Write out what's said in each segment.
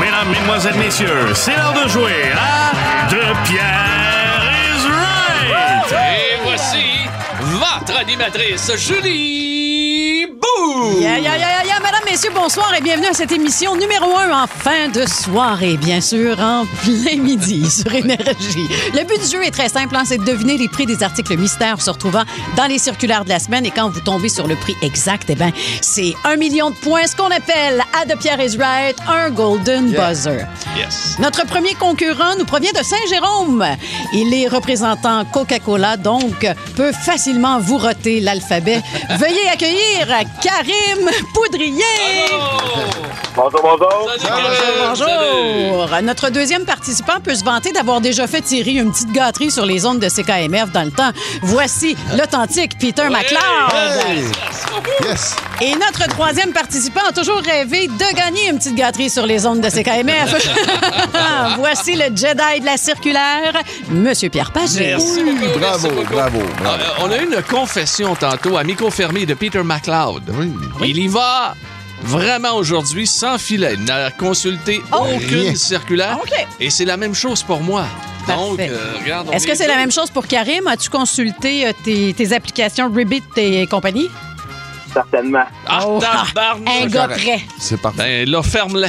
Mesdames, Mesdemoiselles, Messieurs, c'est l'heure de jouer à De Pierre is Right! Et voici votre animatrice Julie Bou. Ya, ya, ya, ya, ya, Madame, messieurs, bonsoir et bienvenue à cette émission numéro 1 en fin de soirée, bien sûr, en plein midi sur Énergie. Le but du jeu est très simple, hein, c'est de deviner les prix des articles mystères se retrouvant dans les circulaires de la semaine. Et quand vous tombez sur le prix exact, eh ben, c'est un million de points, ce qu'on appelle à de Pierre is Right un Golden Buzzer. Yes. Notre premier concurrent nous provient de Saint-Jérôme. Il est représentant Coca-Cola, donc peut facilement vous roter l'alphabet. Veuillez accueillir Karim Poudrier. Bonjour, bonjour. Salut, Bonjour, Karine. Salut. bonjour. Notre deuxième participant peut se vanter d'avoir déjà fait tirer une petite gâterie sur les ondes de CKMF dans le temps. Voici l'authentique Peter McLeod. Yes! Et notre troisième participant a toujours rêvé de gagner une petite gâterie sur les ondes de CKMF. Ah, Voici le Jedi de la circulaire, Monsieur Pierre Pagé. Merci beaucoup, merci Bravo, beaucoup. bravo, Ah, bravo. euh, on a eu une confession tantôt à micro fermé de Peter McLeod. Oui. Il y va vraiment aujourd'hui sans filet. Il n'a consulté aucune Rien. circulaire. Oh. Ah, OK. Et c'est la même chose pour moi. Donc, Parfait. euh, regarde. on Est-ce que c'est la même chose pour Karim? As-tu consulté euh, tes, tes applications Ribbit et compagnie? Certainement. Ah, Oh. tabarnak. Un gars prêt. C'est parfait. Ben là, ferme-le.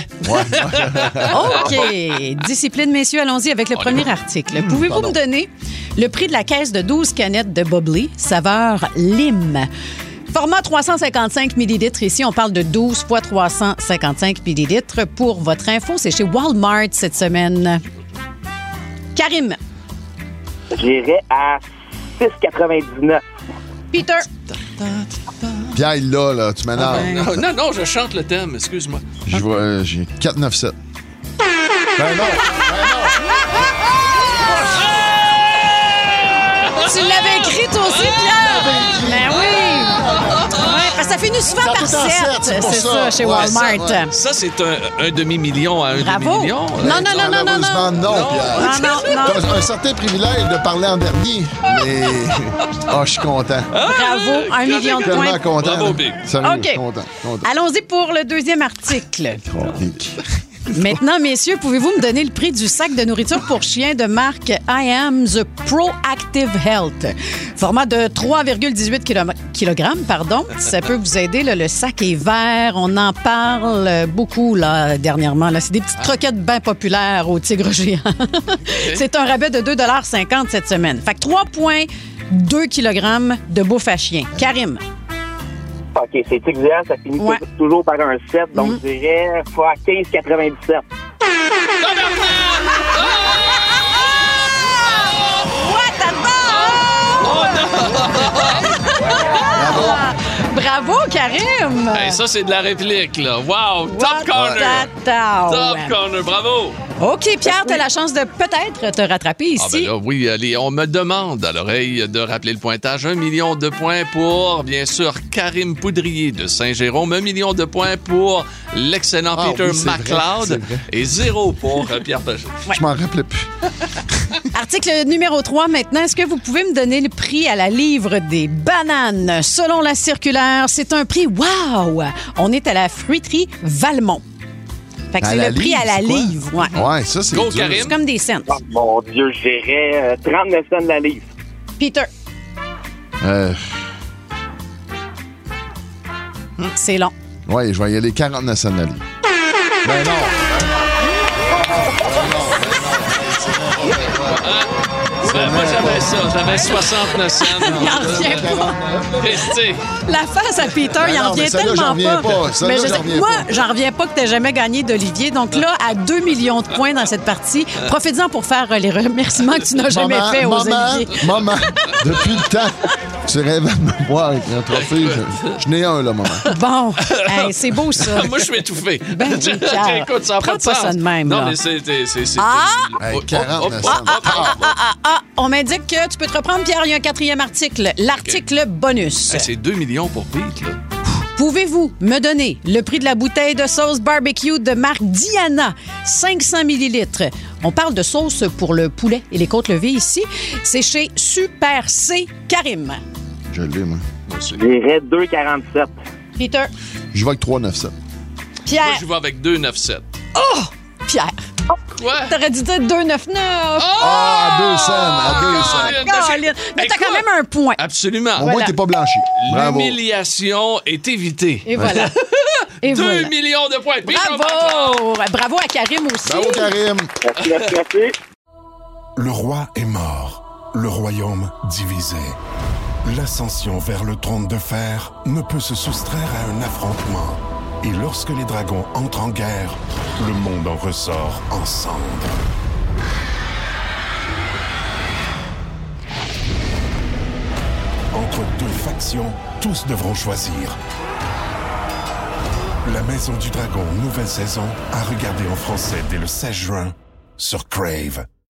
OK. Discipline, messieurs, allons-y avec le On y premier article. Pouvez-vous me pardon. donner le prix de la caisse de 12 canettes de Bubbly, saveur lime? Format 355 millilitres. Ici, on parle de 12 fois 355 millilitres. Pour votre info, c'est chez Walmart cette semaine. Karim, J'irai à 6,99. Peter, Ah, Pierre, il l'a, là. Tu m'énerves. ben, Non, non, non, je chante le thème, excuse-moi. J'y vois, euh, J'ai 497. Ben non! tu l'avais écrit toi aussi, Pierre. Ben oui. Ouais, parce que ça finit souvent par coûte 7. en sept, c'est pour C'est ça. ça, chez Ouais, Walmart. sept, Ça, c'est un, un demi-million à un Bravo. demi-million. Non, non, non, non, non, Malheureusement, non. non, Non. Pierre. Non, non, non. T'as un certain privilège de parler en dernier, mais. Ah, je suis content. Bravo, un million de Tellement points. content. Bravo, Big. Sérieux, OK. content. content. Allons-y pour le deuxième article. Chronique. Maintenant, messieurs, pouvez-vous me donner le prix du sac de nourriture pour chien de marque I Am The Proactive Health? Format de 3,18 kilo- kg, pardon. Ça peut vous aider. là, le sac est vert. On en parle beaucoup là, dernièrement. Là. C'est des petites croquettes bien populaires au tigre géant. C'est un rabais de 2,50 cette semaine. Fait que 3,2 kg de bouffe à chien. Karim. OK, c'est XL, ça finit Ouais. tou- toujours par un 7, donc je dirais fois 15,97. What the fuck? Bravo, Karim! Hey, ça, c'est de la réplique, là. Wow, top corner. Top Tata. corner, bravo. OK, Pierre, t'as la chance de peut-être te rattraper Ah ben ici. là, oui, allez, on me demande à l'oreille de rappeler le pointage. Un million de points pour, bien sûr, Karim Poudrier de Saint-Jérôme. Un million de points pour l'excellent Ah Peter oui, c'est vrai, c'est McLeod. vrai. Et zéro pour euh, Pierre Pagé. Je m'en rappelais plus. Article numéro 3 maintenant. Est-ce que vous pouvez me donner le prix à la livre des bananes? Selon la circulaire, c'est un prix wow! On est à la fruiterie Valmont. Fait que À c'est la le prix livre, à la c'est quoi? livre. Ouais. Ouais, ça, c'est. Go, dur. Karim. C'est comme des cents. Oh, mon Dieu, j'irais euh, 39 cents de la livre. Peter, Euh, c'est long. ouais, je vais y aller 40 nationalités. Ben non! Ben, moi, j'avais ça. J'avais 69 cents. Il en revient pas. Christy. La face à Peter, Ben il en non, mais revient celle-là, j'en tellement reviens pas. pas. Celle-là, je j'en sais- reviens moi, pas. j'en reviens pas que t'aies jamais gagné d'Olivier. Donc là, à 2 millions de points dans cette partie, euh, profites-en pour faire euh, les remerciements que tu n'as jamais Maman, fait aux maman, Olivier. maman, depuis le temps. Tu rêves de me voir avec un trophée. Je, je n'ai un, là, maman. Bon, Hey, c'est beau ça. Ah, Moi, je suis étouffé. Ben oui, Tiens, Pierre. tiens, écoute, ça n'a Prends pas de pas sens. ça de même, Non, là. mais c'est. c'est- c'est- c'est- Hey, Hop, hop, 40, hop, me hop, semble. hop, hop. Ah, ah, ah, ah, on m'indique que tu peux te reprendre, Pierre. Il y a un quatrième article, l'article bonus. Hey, C'est 2 millions pour Pete, là. Pouvez-vous me donner le prix de la bouteille de sauce barbecue de marque Diana, 500 millilitres? On parle de sauce pour le poulet et les côtes levées ici. C'est chez Super C Karim. Je l'ai, moi. Moi aussi. Je dirais 2,47. Peter, Je vais avec 397. Moi, Pierre, je vais avec 2,97. Pierre. Quoi? T'aurais dû dire 299. Oh, Ah, deux cents, à deux cents. Ah, Colin, Oh, Colin. Mais t'as ben, Écoute, quand même un point. Absolument. Ah! Au moins, t'es pas blanchi. Bravo. L'humiliation est évitée. Et voilà. Et 2 voilà. millions de points. Pete, on va- Bravo! Bravo à Karim aussi. Bravo, Karim. Merci, merci, merci. Le roi est mort, le royaume divisé. L'ascension vers le trône de fer ne peut se soustraire à un affrontement. Et lorsque les dragons entrent en guerre, le monde en ressort en cendres. Entre deux factions, tous devront choisir. La Maison du Dragon, nouvelle saison, à regarder en français dès le 16 juin sur Crave.